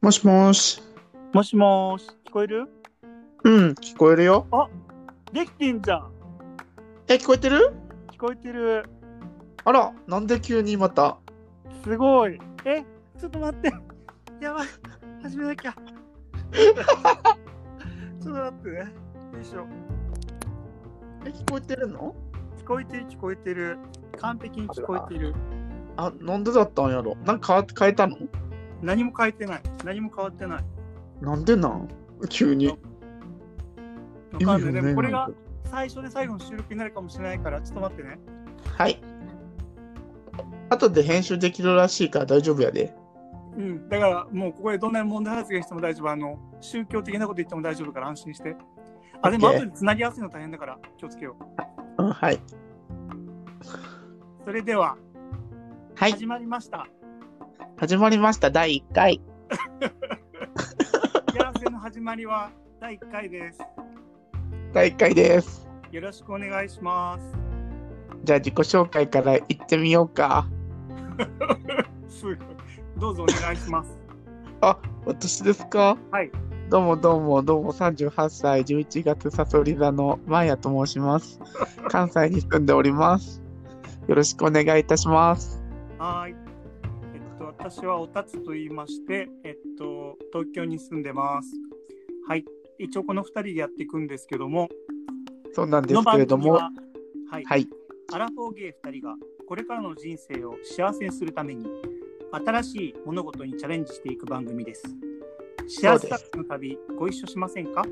もしもし。もしもーし、聞こえるうん、聞こえるよ。できてんじゃん。え、聞こえてる聞こえてる。あら、なんで急にまた。すごい。え、ちょっと待って。やばい。始めなきゃ。 ちょっと待ってね。よいしょ。え、聞こえてるの聞こえてる、聞こえてる。完璧に聞こえてる。あ、なんでだったんやろなんか変えたの何も変えてない。何も変わってない。なんでなん急に。わかんない。意味がねでもこれながんか最初で最後の収録になるかもしれないから、ちょっと待ってね。はい。後で編集できるらしいから大丈夫やで。うん。だからもうここでどんな問題発言しても大丈夫。あの、宗教的なこと言っても大丈夫から安心して。あ、でも OK 後でつなぎやすいの大変だから気をつけよう。うん、はい。それでははい、始まりました。始まりました、第1回。やらせの始まりは第1回です。第1回です。よろしくお願いします。じゃあ自己紹介から行ってみようか。すごいどうぞお願いし ます。私ですかはい。どうもどうもどうも38歳11月サソリ座のマーヤと申します。 関西に住んでおります。よろしくお願いいたします。はーい。えっと、私はおたつと言いまして、えっと、東京に住んでます。はい。一応この2人でやっていくんですけども、そうなんでこのすけ番れど組も、は、はい、はい、アラフォーゲイ2人がこれからの人生を幸せにするために新しい物事にチャレンジしていく番組です。そう幸ですせ旅の旅ご一緒しませんか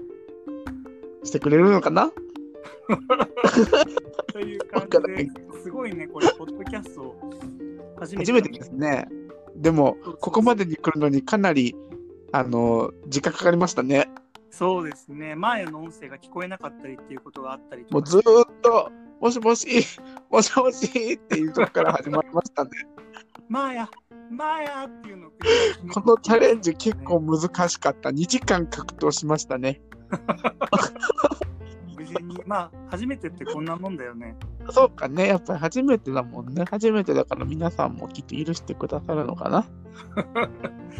してくれるのかなという感わからなじいです。すごいね、これ、ポッドキャスト初め初てめてですね。でも、ここまでに来るのにかなり、あの、時間かかりましたね。そうですね、前の音声が聞こえなかったりっていうことがあったりとかもうずーっと、もしもし、もしもしっていうとこから始まりましたね。マーヤ、マーヤっていうのを繰り返 しこのチャレンジ結構難しかった。2時間格闘しましたね。無事に、まあ、初めてってこんなもんだよね。そうかね、やっぱり初めてだもんね。初めてだから皆さんもきっと許してくださるのかな。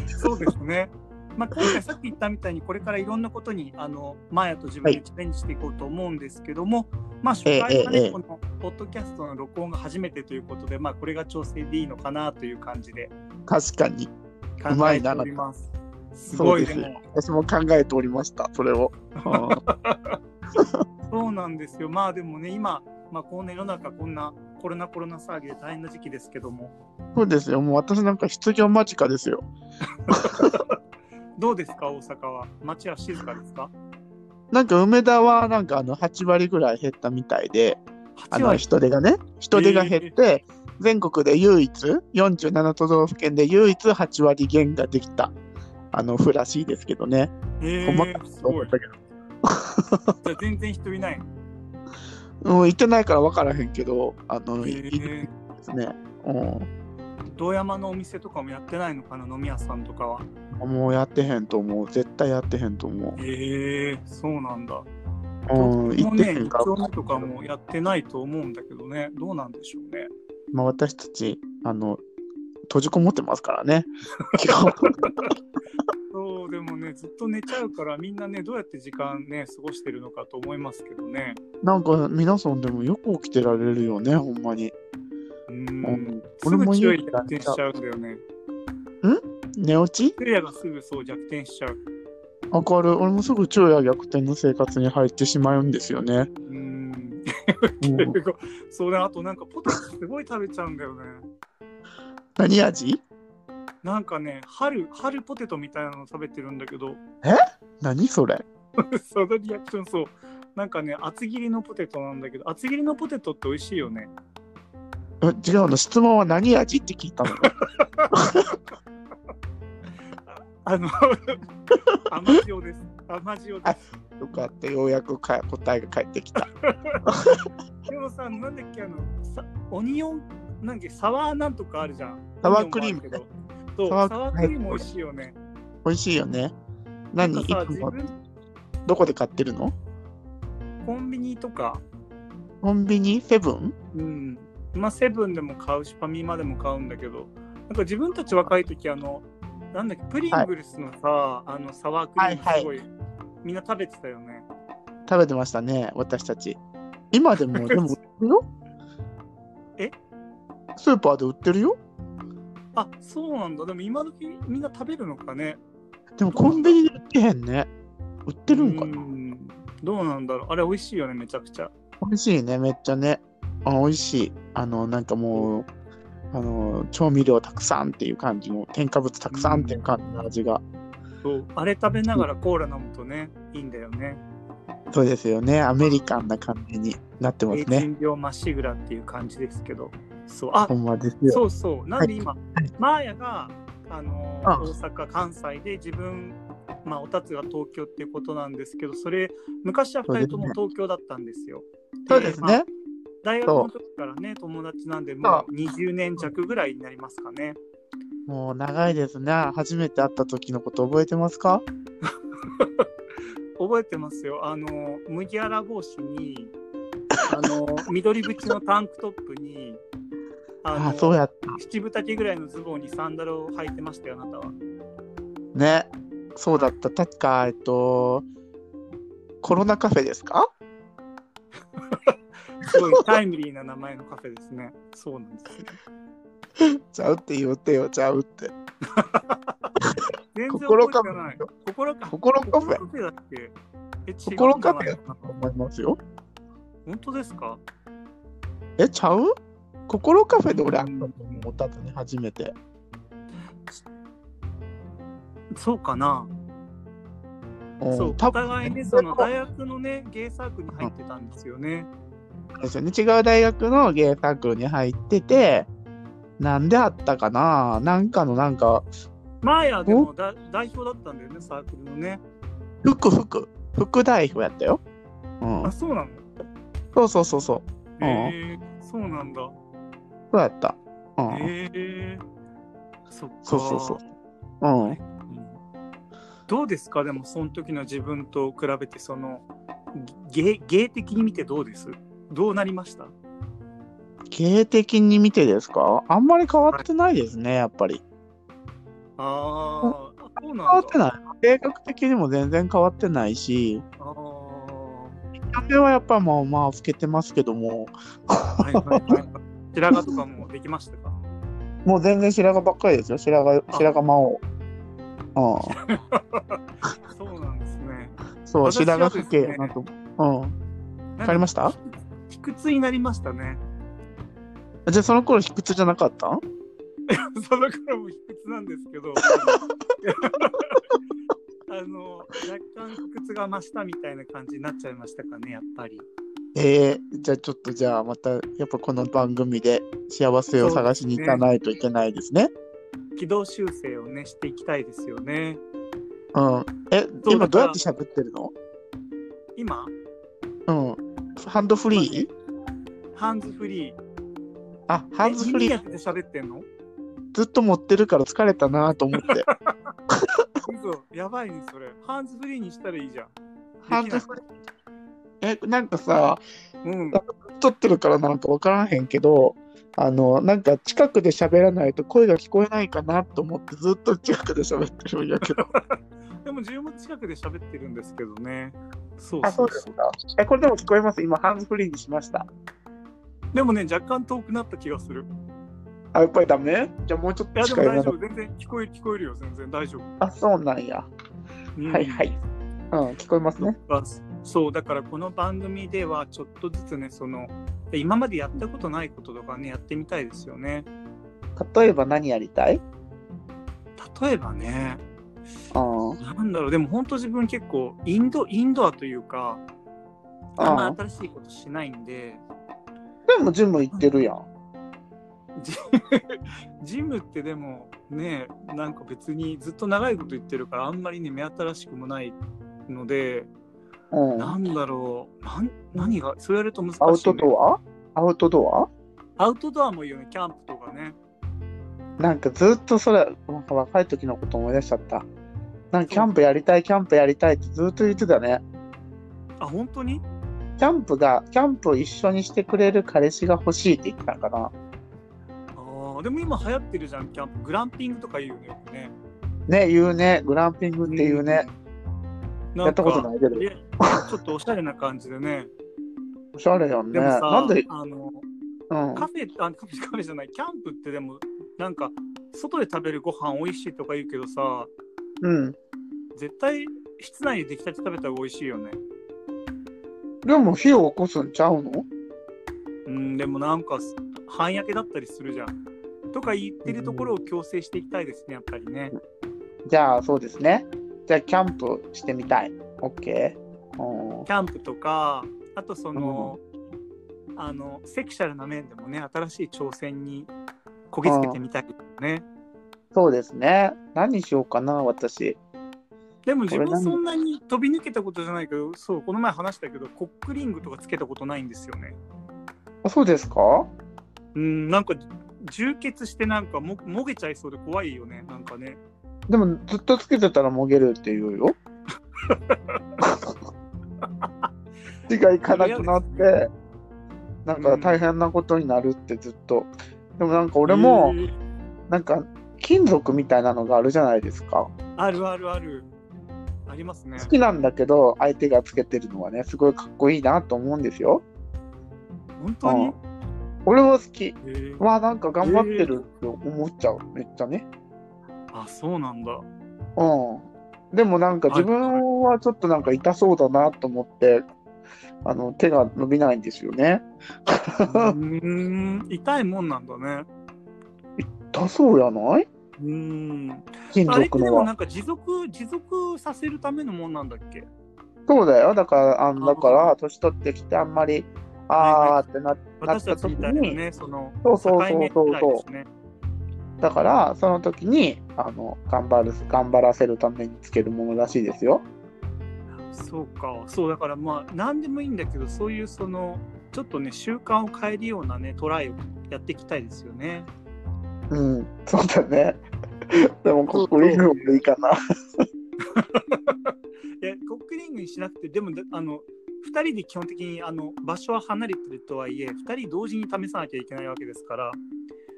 そうですね。まあ、今回さっき言ったみたいにこれからいろんなことにあのマーヤと自分でチャレンジしていこうと思うんですけども、まあ初回はえええね、えこのポッドキャストの録音が初めてということで、まあ、これが調整でいいのかなという感じで確かに。う考まえいてなおります。すごいそでうですも私も考えておりました、それを。うんそうなんですよ。まあでもね、今、まあ、この世の中、こんなコロナコロナ騒ぎで大変な時期ですけども、そうですよ、もう私なんか失業間近ですよ。どうですか、大阪は。街は静かですかなんか梅田はなんかあの8割ぐらい減ったみたいで、あ八の割人手がね、人手が減って、全国で唯一、47都道府県で唯一8割減ができた、あの、府らしいですけどね。え細かー、くすと思ごっい。たけど。じゃあ全然人いない。うん、行ってないから分からへんけど、あの、いいえー、ですね。うん。堂山のお店とかもやってないのかな、飲み屋さんとかは。もうやってへんと思う。絶対やってへんと思えー、そうなんだ。う。うん、行もうってへね、ん一から丁目とかもやってないと思うんだけどね、どうなんでしょうね。まあ、私たち、あの、閉じこもってますから ね。基本そう、でもね、ずっと寝ちゃうから、みんなね、どうやって時間ね、過ごしてるのかと思いますけどね。なんか、皆さんでもよく起きてられるよね、ほんまに。う。うんん。すぐ強いよ逆転しちゃうんだよね。寝落ちクリアがすぐそう逆転しちゃう。わかる。俺もすぐ昼夜逆転の生活に入ってしまうんですよね。うーん。うん、 そうだ、あとなんかポテチすごい食べちゃうんだよね。何味なんかね、春、春ポテトみたいなの食べてるんだけど、 何それそのリアクションそう。なんかね、厚切りのポテトなんだけど、厚切りのポテトって美味しいよね。え違うの、質問は何味って聞いたの。あの、 甘塩です。甘塩でよかった、ようやくか答えが返ってきた。す。でもさ、なんだっけ、あの、さオニオン、なんかサワーなんとかあるじゃん。サワークリームオニオンもあるけど。そう、ササワワーークリーム美味しいよね。美味しいよね。何ないんつかさ、自も分どこで買ってるのコンビニとか、コンビニセブンうん、まあセブンでも買うしファミマでも買うんだけどなんか自分たち若い時あのなんだっけ、プリングルスのさ、あのサワークリームすごい、みんな食べてたよね。食べてましたね、私たち。今でも、でも売ってるよ。えスーパーで売ってるよ。あ、そうなんだ。でも今時みんな食べるのかね。でもコンビニで売ってへんね。売ってるんかうな。んどうなんだろう。あれ美味しいよね、めちゃくちゃ。美味しいね、めっちゃね。あ美味しい。あの、なんかもう、あの、調味料たくさんっていう感じの、添加物たくさんっていう感じの味が。そうあれ食べながらコーラ飲むとね、いいんだよね。そうですよね、アメリカンな感じになってます平ね。均病まっしぐらっていう感じですけど。そう。あほ、んまですよ。そうそう。なんで今、マーヤが、あのあ大阪、関西で自分、まあ、おたつが東京っていうことなんですけど、それ、昔は2人とも東京だったんですよ。そうですまあね。大学の時からね、友達なんで、もう20年弱ぐらいになりますかね。もう長いですね。初めて会った時のこと覚えてますか覚えてますよ。あの、麦わら帽子に、あの、緑縁のタンクトップに、あああ、そうの、やっ七分丈ぐらいのズボンにサンダルを履いてましたよ、あなたは。たね。そうだった。確か、えっと、コロナカフェですかすごいタイムリーな名前のカフェですね。そうなんですよ。ちゃうって言ってよ、ちゃうって。全然心カ覚フえてないェ。。心カフェ。心カフェ心ェだっけえ、違うんじゃない心カフェやったと思いますよ。本当ですかえ、ちゃう心カフェで俺会ったと思う、おたつに初めて。そうかな、うんそう。お多分互いね、その大学のね、ゲイサークルに入ってたんですよね。ですよね。違う大学の芸サークルに入ってて、なんであったかななんかのなんか、マーヤでもだ代表だったんだよね、サークルのね。服服副代表やったよ。うんあ、。そうなのそうそうそうそう。うんへえそうなんだ。そうやった。うん。へえそっか。そうそうそう。うん。うんどうですかでもその時の自分と比べてその芸芸的に見てどうですどうなりました経営的に見てですかあんまり変わってないですね、やっぱり。あーあ、そうなんだ。変わってない。性格的にも全然変わってないし、あー見た目はやっぱまあまあ老けてますけども、はいはい はい。白髪とかもできましたかもう全然白髪ばっかりですよ、白髪、白髪魔王。うそうなんですね。ん。そう、私は白髪不景やなと思う。うん。わわかりました卑屈になりましたね。じゃあその頃卑屈じゃなかったん その頃も卑屈なんですけど、 あの、若干卑屈が増したみたいな感じになっちゃいましたかね、やっぱり。ええじゃあちょっとじゃあまたやっぱこの番組で幸せを探しに行かないといけないですね。軌道修正をね、していきたいですよね。うん。え、そう今どだかうらやって喋ってるの今、うん。ハンドフリーハンズフリー。あ、ハンズフリえ耳やーって喋ってんのずっと持ってるから疲れたなと思 って。嘘、やばいね、それ。ハンズフリーにしたらいいじゃん。ハンズフリー。え、なんかさ、うん。撮ってるからなんか分からへんけど、あの、なんか近くで喋らないと声が聞こえないかなと思ってずっと近くで喋ってるんやけど。でも10問近くで喋ってるんですけどね。そう あ、そそううでそうすか。え、これでも聞こえます。今ハンズフリーにしました。でもね、若干遠くなった気がする。あ、やっぱりダメじゃあもうちょっいとや、で近もい大な丈。夫。全然聞こえる、聞こえるよ。全然大丈夫。あ、そうなんや。うんはいはい。うん、聞こえますね。あそうだからこの番組ではちょっとずつねそので今までやったことないこととかねやってみたいですよね例えば何やりたい例えばねうん。なんだろうでも本当自分結構インドインドアというかあんま新しいことしないんででもジム行ってるやん。ジジムってでもねなんか別にずっと長いこと言ってるからあんまりね目新しくもないのでうん。なんだろうなん何がそうやると難しい、ね、アウトドアアウトドアウトドアもいいよねキャンプとかねアなんかずっとそれ、なんか若い時のこと思い出しちゃった。なんかキャンプやりたい、キャンプやりたいってずっと言ってたね。あ本当にキャンプが、キャンプを一緒にしてくれる彼氏が欲しいって言ってたのかな。あーでも今流行ってるじゃんキャンプグランピングとか言うよねよくねね、言うね、グランピングっていうね、なやんっかたことないけど、でちょっとおしゃれな感じ でね。おしゃれよね。でもさ、なんで、あのうん、カフェあカフェカフェじゃないキャンプってでもなんか外で食べるご飯美味しいとか言うけどさうん。絶対室内で出来たて食べた方が美味しいよね。でも火を起こすんちゃうのうんでもなんか半焼けだったりするじゃん。とか言ってるところを強制していきたいですねやっぱりね。じゃあ、そうですね。じゃあ、キャンプしてみたい。OK? うん、キャンプとかあとその、あのセクシャルな面でもね新しい挑戦にこぎつけてみたいよね。そうですね。何しようかな、私。でも自これ分何そんなに飛び抜けたことじゃないけどそうこの前話したけどコックリングとかつけたことないんですよね。あそうですかうんなんか充血してなんかももげちゃいそうで怖いよねなんかね。でも、ずっとつけてたらもげるって言うよ。血がいかなくなって、なんか大変なことになるってずっと。でもなんか俺も、えーなんか金属みたいなのがあるじゃないですか。あるあるあるありますね。好きなんだけど、相手がつけてるのはね、すごいかっこいいなと思うんですよ。本当にうん、俺も好き。えーわあ、なんか頑張ってるって思っちゃう。めっちゃね。あそうなん だ。うん。でもなんかは自い分はちょっとなんか痛そうだなと思って、あの、手が伸びないんですよね。うーん痛いもんなんだね。痛そうやないうーん金あれって属でのもは。なんか持続持続させるためのもんなんだっけそうだよ。だから、あのあだーから、年取ってきてあんまり、あーってななっ私たたち時みたいなに、ねそのそう境そうそう目そくうらいそうで。すね。だからその時にあの頑張る頑張らせるためにつけるものらしいですよ。そうかそうだからまあ何でもいいんだけどそういうそのちょっとね習慣を変えるようなねトライをやっていきたいですよね。うん、そうだね。 でもコックリングもいいかな。いやコックリングにしなくてでもだあの2人で基本的にあの場所は離れてるとはいえ2人同時に試さなきゃいけないわけですから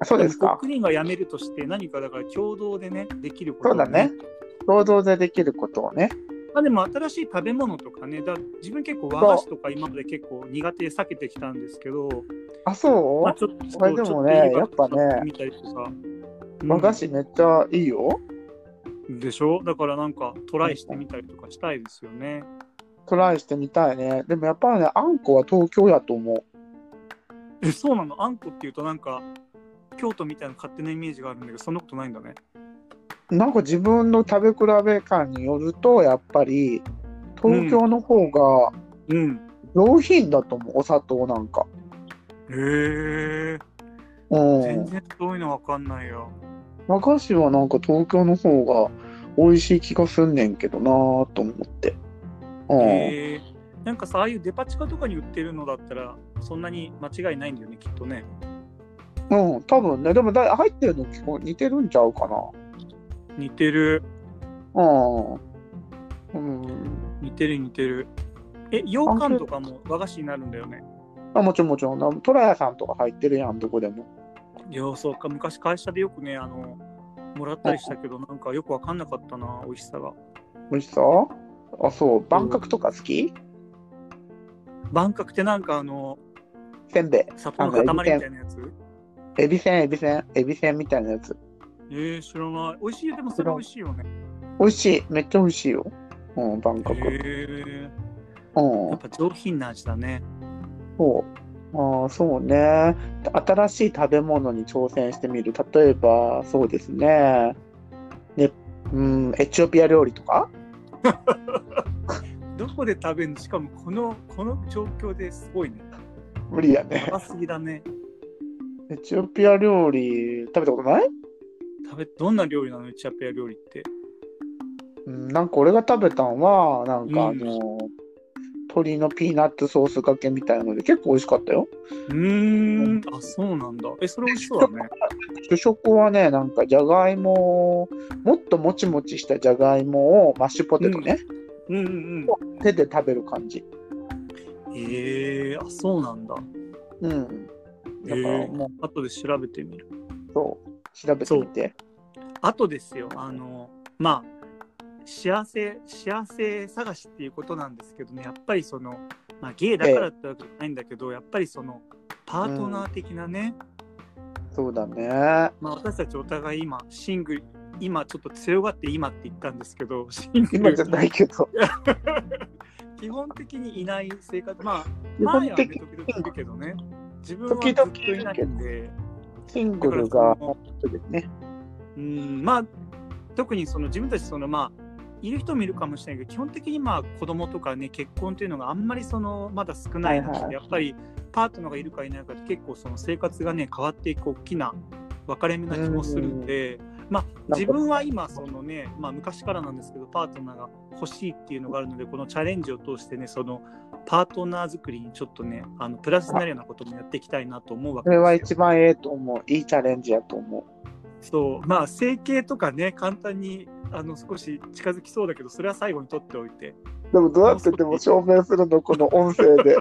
そうですコッか。クリングはやめるとして何かだから共同でねできることそをうだね。想像でできることをね。まあ、でも新しい食べ物とかねだ自分結構和菓子とか今まで結構苦手で避けてきたんですけど、あ、そう、まあ、ちょっとこれでもねちょとやっぱねやってみたりとかうん和菓子めっちゃいいよ。でしょだからなんかトライしてみたりとかしたいですよね。トライしてみたいね。でもやっぱりね、あんこは東京やと思う。え、そうなのあんこっていうとなんか京都みたいな勝手なイメージがあるんだけど、そんなことないんだね。なんか自分の食べ比べ感によると、やっぱり東京の方がうん。上品だと思う、お砂糖なんか。へえうん、全然そういうのわかんないよ。和菓子はなんか東京の方が美味しい気がすんねんけどなーと思って。うん、へえなんかさ、ああいうデパ地下とかに売ってるのだったら、そんなに間違いないんだよね、きっとね。うん、多分ね、でもだ入ってるの結構似てるんちゃうかな。似てる、うん。うん。似てる、似てる。え、羊羹とかも和菓子になるんだよね。あもちろんもちろん、トラヤさんとか入ってるやん、どこでも。いや、そうか、昔会社でよくね、あの、もらったりしたけど、なんかよくわかんなかったな、美味しさが。美味しそうあ、そう、万角とか好き、万角ってなんかあのせんべい。砂糖の塊みたいなやつエビせん、エビせん、エビせんみたいなやつ。えー、知らない美味しいでもそれ美味しいよね美味しい、めっちゃ美味しいよ。うん、万角。うん。へえやっぱ上品な味だねそう。ああ、そうね。新しい食べ物に挑戦してみる。例えば、そうですね。ね、うん、エチオピア料理とかどこで食べるのしかもこのこの状況ですごいね無理やね。高すぎだねエチオピア料理食べたことない、食べどんな料理なのエチオピア料理ってうん、なんか俺が食べたんは、なんかあうんの、鶏のピーナッツソースがけみたいなので結構美味しかったよ。うーんあそうなんだえそれ美味しそうだね主食はね、なんかじゃがいもを、もっともちもちしたじゃがいもをマッシュポテトね、 うんうん手で食べる感じ。うんへえあそうなんだうん。だかへらえもう、後で調べてみるそう、調べてみて。あとですよあのまあ幸せ幸せ探しっていうことなんですけどねやっぱりその、まあ、ゲイだからってわけじゃないんだけど、やっぱりそのパートナー的なね、そうだね。まあ、私たちお互い今シングル今ちょっと強がって今って言ったんですけどシング今じゃルないけど。基本的にいない生活まあ基前本はね的時に々いるけどね自分はず時っと々いいるなけくどてシングルがだからそのそうですね。うんまあ特にその自分たちそのまあいる人もいるかもしれないけど基本的にまあ子供とかね結婚っていうのがあんまりそのまだ少ない中で、はいはいやっぱりパートナーがいるかいないかで結構その生活がね変わっていく大きな分かれ目な気もするんで、まあ自分は今そのね、まあ、昔からなんですけどパートナーが欲しいっていうのがあるのでこのチャレンジを通してねそのパートナー作りにちょっとねあのプラスになるようなこともやっていきたいなと思うわそけれはですよ一番ええと思う。いいチャレンジやと思そうまあ整形とかね簡単にあの少し近づきそうだけどそれは最後に取っておいてう。でもどうやってでも証明するのこの音声 で。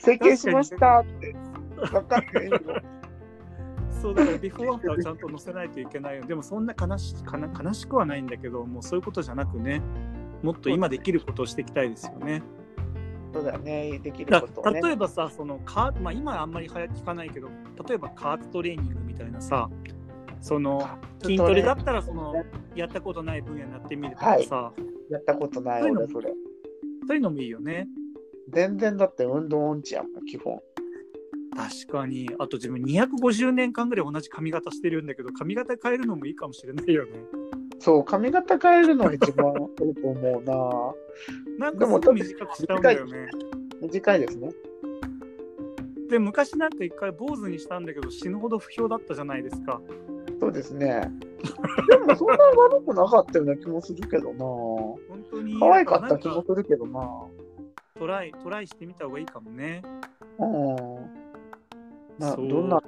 整形しましたって。分かっていいのそう だからビフォーアフターをちゃんと載せないといけないよでもそんな悲しかな悲しくはないんだけどもうそういうことじゃなくねもっと今できることをしていきたいですよね。そうだね。できるだことをね。例えばさそのカー、まあ、今はあんまり早く聞かないけど例えば加圧トレーニングみたいなさその筋トレだったらそのやったことない分野になってみるとかさ、やったことないそういうの俺それ。そういうのもいいよね。全然だって運動音痴やもん、基本。確かに。あと自分250年間ぐらい同じ髪型してるんだけど、髪型変えるのもいいかもしれないよね。そう、髪型変えるのが一番いいと思うな。なんかすごく短くしたんだよね。短いですね。で、昔なんか一回坊主にしたんだけど、死ぬほど不評だったじゃないですか。そうですね。でもそんな悪くなかったような気もするけどな。本当に。可愛かった気なんもかするけどな。トライ、トライしてみた方がいいかもね。うん。なそうどんな、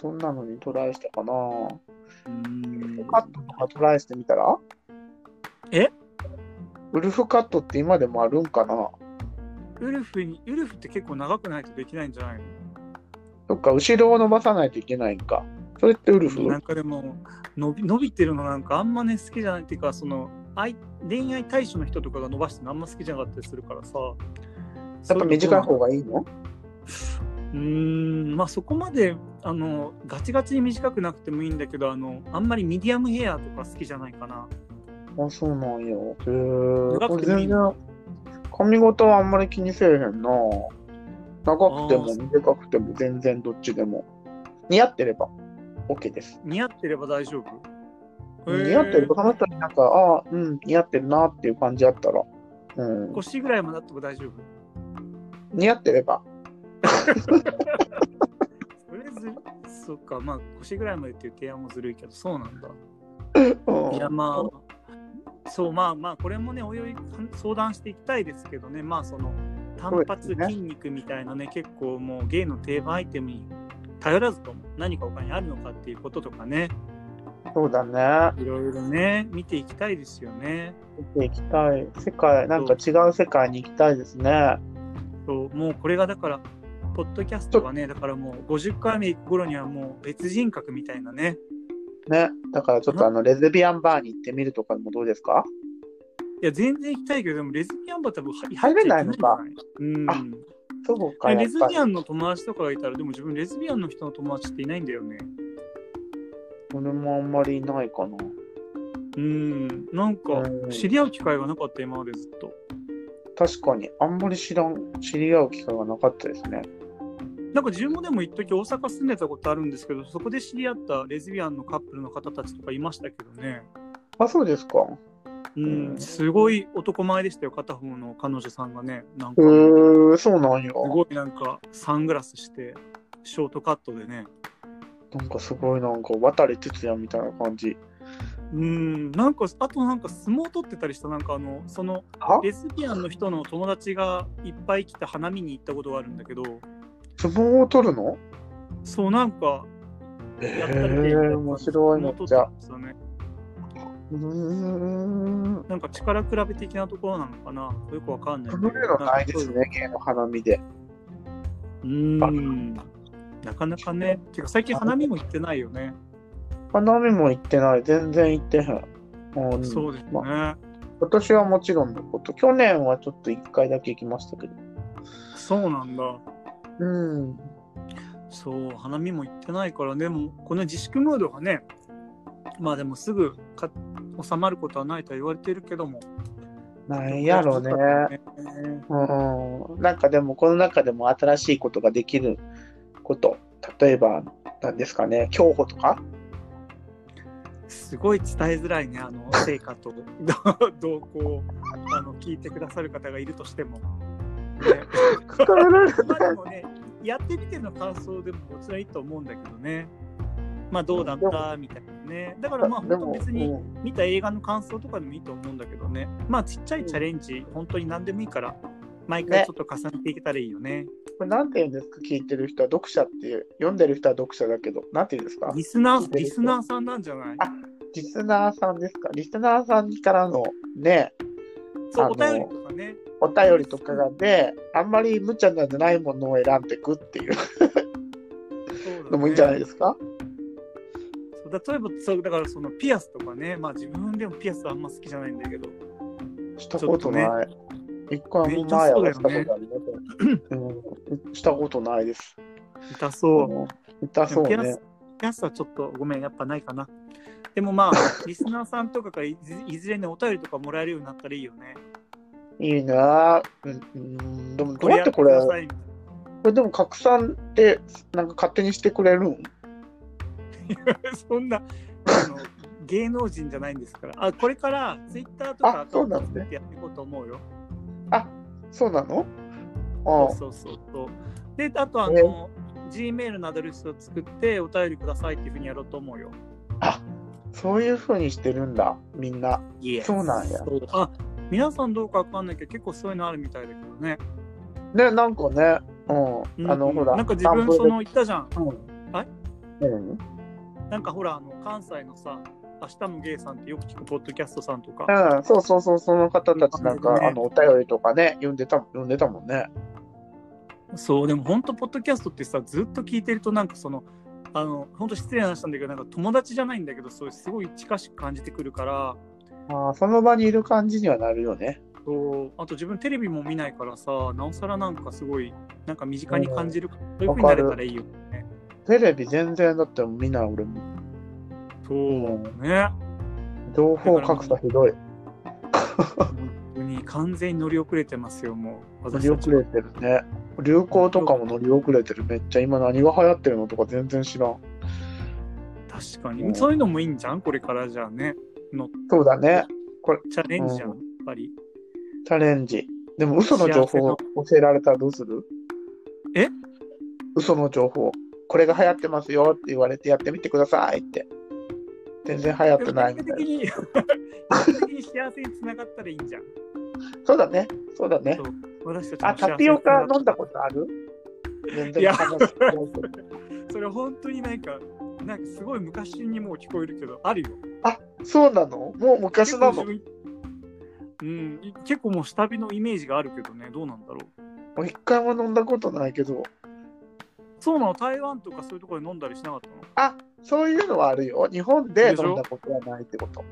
どんなのにトライしたかな。うーんカットとかトライしてみたらえウルフカットって今でもあるんかなウルフに、ウルフって結構長くないとできないんじゃないのそっか、後ろを伸ばさないといけないんか。それってウルフなんかでも伸び伸びてるのなんかあんまね好きじゃないっていうかその愛恋愛対象の人とかが伸ばしてるのあんま好きじゃなかったりするからさやっぱ短いそう方がいいのうーんまあそこまであのガチガチに短くなくてもいいんだけどあのあんまりミディアムヘアとか好きじゃないかなあ、そうなんよ。へえ。長くてもいい全然、髪型はあんまり気にせえへんな。長くてあもー短くても全然どっちでも。似合ってれば OK です。似合ってれば大丈夫似合ってへるーその人になんか、ああ、うん、似合ってるなっていう感じあったら、うん、腰ぐらいまであっても大丈夫似合ってれば。とりあえずそっかまあ腰ぐらいまでっていう提案もずるいけどそうなんだうんいやまあそうまあまあこれもねおいおい相談していきたいですけどねまあその単そう発ですね筋肉みたいなね結構もうゲイの定番アイテムに頼らずとも何か他にあるのかっていうこととかねそうだね。いろいろね見ていきたいですよね見ていきたい。世界、なんか違う世界に行きたいですね。そうもうこれがだからポッドキャストがねだからもう50回目行く頃にはもう別人格みたいなねね。だからちょっとあの、レズビアンバーに行ってみるとかもどうですかいや全然行きたいけどでもレズビアンバー多分入入れないのか入っちゃいけないんじゃないうんそうか、やっレズぱビりア。ンの友達とかがいたらでも自分レズビアンの人の友達っていないんだよね俺もあんまりいないかな。うんなんかうん知り合う機会がなかった今までずっと確かに、あんまり知らん、知り合う機会がなかったですね。なんか自分もでも一時大阪住んでたことあるんですけどそこで知り合ったレズビアンのカップルの方たちとかいましたけどねあ、そうですか。うんうんすごい男前でしたよ片方の彼女さんがねなんへかえすー、そうなんや。ごいなんかサングラスしてショートカットでねなんかすごい、なんか、渡哲也みたいな感じ。うんなんかあとなんか相撲取ってたりしたなんかあのそのはレズビアンの人の友達がいっぱい来て花見に行ったことがあるんだけど相撲を取るのそうなんかへえやったりでー、面白いのじゃあ。そうねうーん。なんか力比べ的なところなのかなよくわかんないそんだうけいうどのないですね、芸の花見で。うーんなかなかねてか最近花見も行ってないよね花見も行ってない。全然行ってへん。うん、そうですね。まあ今年はもちろんのこと。去年はちょっと1回だけ行きましたけど。そうなんだ。うん。そう、花見も行ってないから、でも、この自粛ムードがね、まあでもすぐか収まることはないとは言われてるけども。なんやろうね。うん。なんかでも、この中でも新しいことができること。例えば、なんですかね、競歩とかすごい伝えづらいね、あの、成果 と動向をあの聞いてくださる方がいるとしても。ね まあでもね、やってみての感想でももちろんいいと思うんだけどね。まあどうだったみたいなね。だからまあで本も、当別に見た映画の感想とかでもいいと思うんだけどね。まあちっちゃいチャレンジ、本当に何でもいいから、毎回ねちょっと重ねていけたらいいよね。これなんて言うんですか聞いてる人は読者っていう、読んでる人は読者だけど、なんて言うんですかリスナー、リスナーさんなんじゃないあリスナーさんですかリスナーさんからのね、そあう、のお便りとかね。お便りとかがで、あんまり無茶なんじゃないものを選んでいくっていうそうのだもいいんじゃないねですかそう例えばそうだからそのピアスとかねまあ自分でもピアスはあんま好きじゃないんだけどしたことない。一回も前はしたことありません。うん、したことないです。痛そううん痛そうでもピアねス。ピアスはちょっとごめんやっぱないかなで もまあリスナーさんとかがいずいずれねお便りとかもらえるようになったらいいよねいいなぁ。うんうん、でもどうやってこれ、やっこてくださいれでも拡散って、なんか勝手にしてくれるんみたいな そんなあの芸能人じゃないんですからあこれからツイッターとかあそうなんですねやっていこうと思うよあ、そうなのあそうそうそうそうであとあの G メールのアドレスを作ってお便りくださいっていうふうにやろうと思うよあ、そういうふうにしてるんだ、みんな。 Yes そうなんやそうあ皆さんどうかわかんないけど結構そういうのあるみたいだけどね。ね、なんかね、ううんん、あの、ほら、なんか自分サンプルその言ったじゃん。うんはいうんなんかほらあの関西のさ明日もゲイさんってよく聞くポッドキャストさんとか。うん、そうそうそう、その方たちなんか、ねあの、お便りとかね、読んでた、読んでたもんね。そうでも本当ポッドキャストってさずっと聞いてるとなんかそのあの本当失礼な話なんだけどなんか友達じゃないんだけどそういうすごい近しく感じてくるから。あーその場にいる感じにはなるよね。そうあと自分テレビも見ないからさなおさらなんかすごいなんか身近に感じる、そういうふうになれたらいいよね。テレビ全然だって見ない俺も。そうね。情報格差ひどい。本当に完全に乗り遅れてますよ、もう。乗私りた遅ちれてるね。流行とかも乗り遅れてる。めっちゃ今何が流行ってるのとか全然知らん。確かに。そういうのもいいんじゃんこれからじゃあね。そうだね。チャレンジじゃん、うやっぱり。チャレンジ。でも嘘の情報を教えられたらどうするえ嘘の情報。これが流行ってますよって言われてやってみてくださいって。全然流行ってないみ結た果い的な。に、 結果的に幸せにつながったらいいんじゃん。そうだね。そうだねそう。私たちもあ、幸せにタピオカ飲んだことある全い然や話しないけどそれ本当になんか、なんかすごい昔にもう聞こえるけど、あるよ。あ、そうなのもう昔な結の構自分うん、結構もう下火のイメージがあるけどね、どうなんだろう。もう一回も飲んだことないけど。そうなの台湾とかそういうところで飲んだりしなかったのあ、そういうのはあるよ。日本ででしょ飲んだことはないってこと。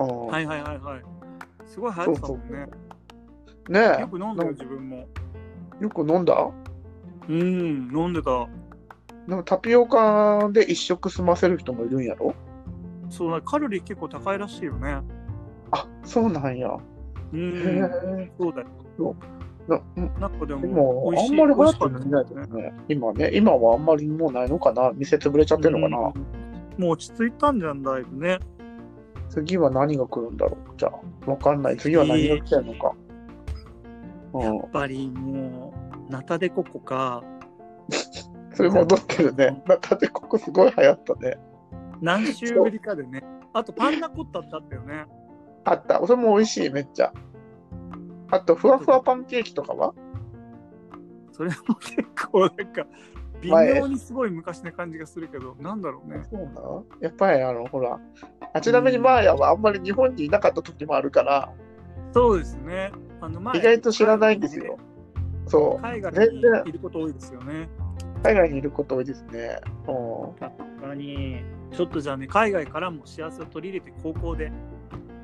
うんはいはいはいはい。すごい流行ってたもんね。ねよく飲んだよ、自分も。え、よく飲んだうん、飲んでた。でもタピオカで一食済ませる人もいるんやろそうだ、カロリー結構高いらしいよね。あ、そうなんや。うへ ん、え。そうだよ。なうんなんかででも、も美、あ味んしい。まり流美行味しってかるっんただよね。今ね、今はあんまりもうないのかな店潰れちゃってるのかな、うんもう落ち着いたんじゃんだいぶね。次は何が来るんだろうじゃあ、わかんない。次は何が来ちゃうのか。やっぱりもう、ナタデココか、うん。それ戻ってるね。だってここすごい流行ったね。何週ぶりかでね。あと、パンナコッタってあったよね。あった。それも美味しい、めっちゃ。あと、ふわふわパンケーキとかはそれも結構なんか、微妙にすごい昔な感じがするけど、なんだろうね。そうなのやっぱりあのほらあちなみにマーヤはあんまり日本にいなかった時もあるから、そうですね。あの前意外と知らないんですよ。そ海外全に然いること多いですよね。う海外にいること多いですね。お確かに。ちょっとじゃあね、海外からも幸せを取り入れて、高校で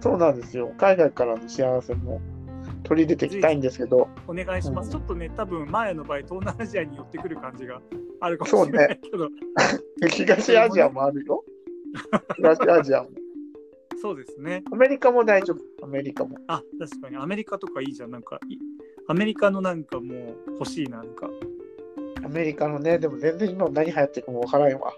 そうなんですよ。海外からの幸せも取り入れていきたいんですけど、お願いします。うんちょっとね、多分前の場合、東南アジアに寄ってくる感じがあるかもしれないけど、東アジアもあるよ。東アジアも。そうですね。アメリカも大丈夫。アメリカも。あ、確かに、アメリカとかいいじゃん。なんか、いアメリカのなんかもう欲しいな、なんか。アメリカのね、でも全然今何流行ってるかもわからんわ。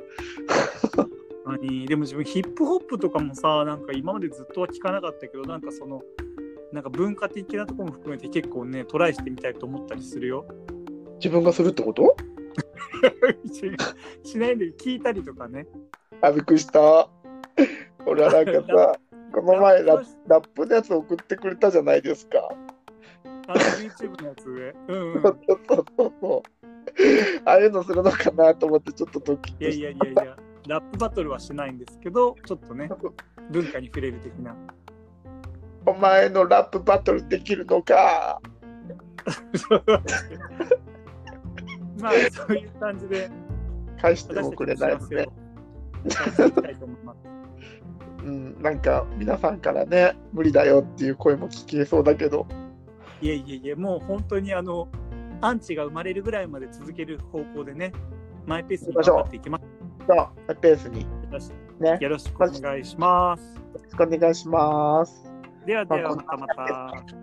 あにでも自分ヒップホップとかもさなんか今までずっとは聞かなかったけどなんかそのなんか文化的なところも含めて結構ねトライしてみたいと思ったりするよ 自分がするってことしないで聞いたりとかねあ、びっくりした。俺はなんかさ、この前ララップのやつ送ってくれたじゃないですか。 あの YouTube のやつ上うん、うん、そうそうそうそう。ああいうのするのかなと思ってちょっとドキッいとやしいやいやいやラップバトルはしないんですけどちょっとねた文化に触れる的な お前のラップバトルできるのか。まあそういう感じで返しても私たくちれのない幸のせねを。探していきたいと思いますうん、なんか皆さんからね、無理だよっていう声も聞けそうだけど、いやいやいや、もう本当にあの、アンチが生まれるぐらいまで続ける方向でね、マイペースに頑張っていきます。さあ、ペースにね、よろしくお願いします。よろしくお願いします。ではでは、またまた。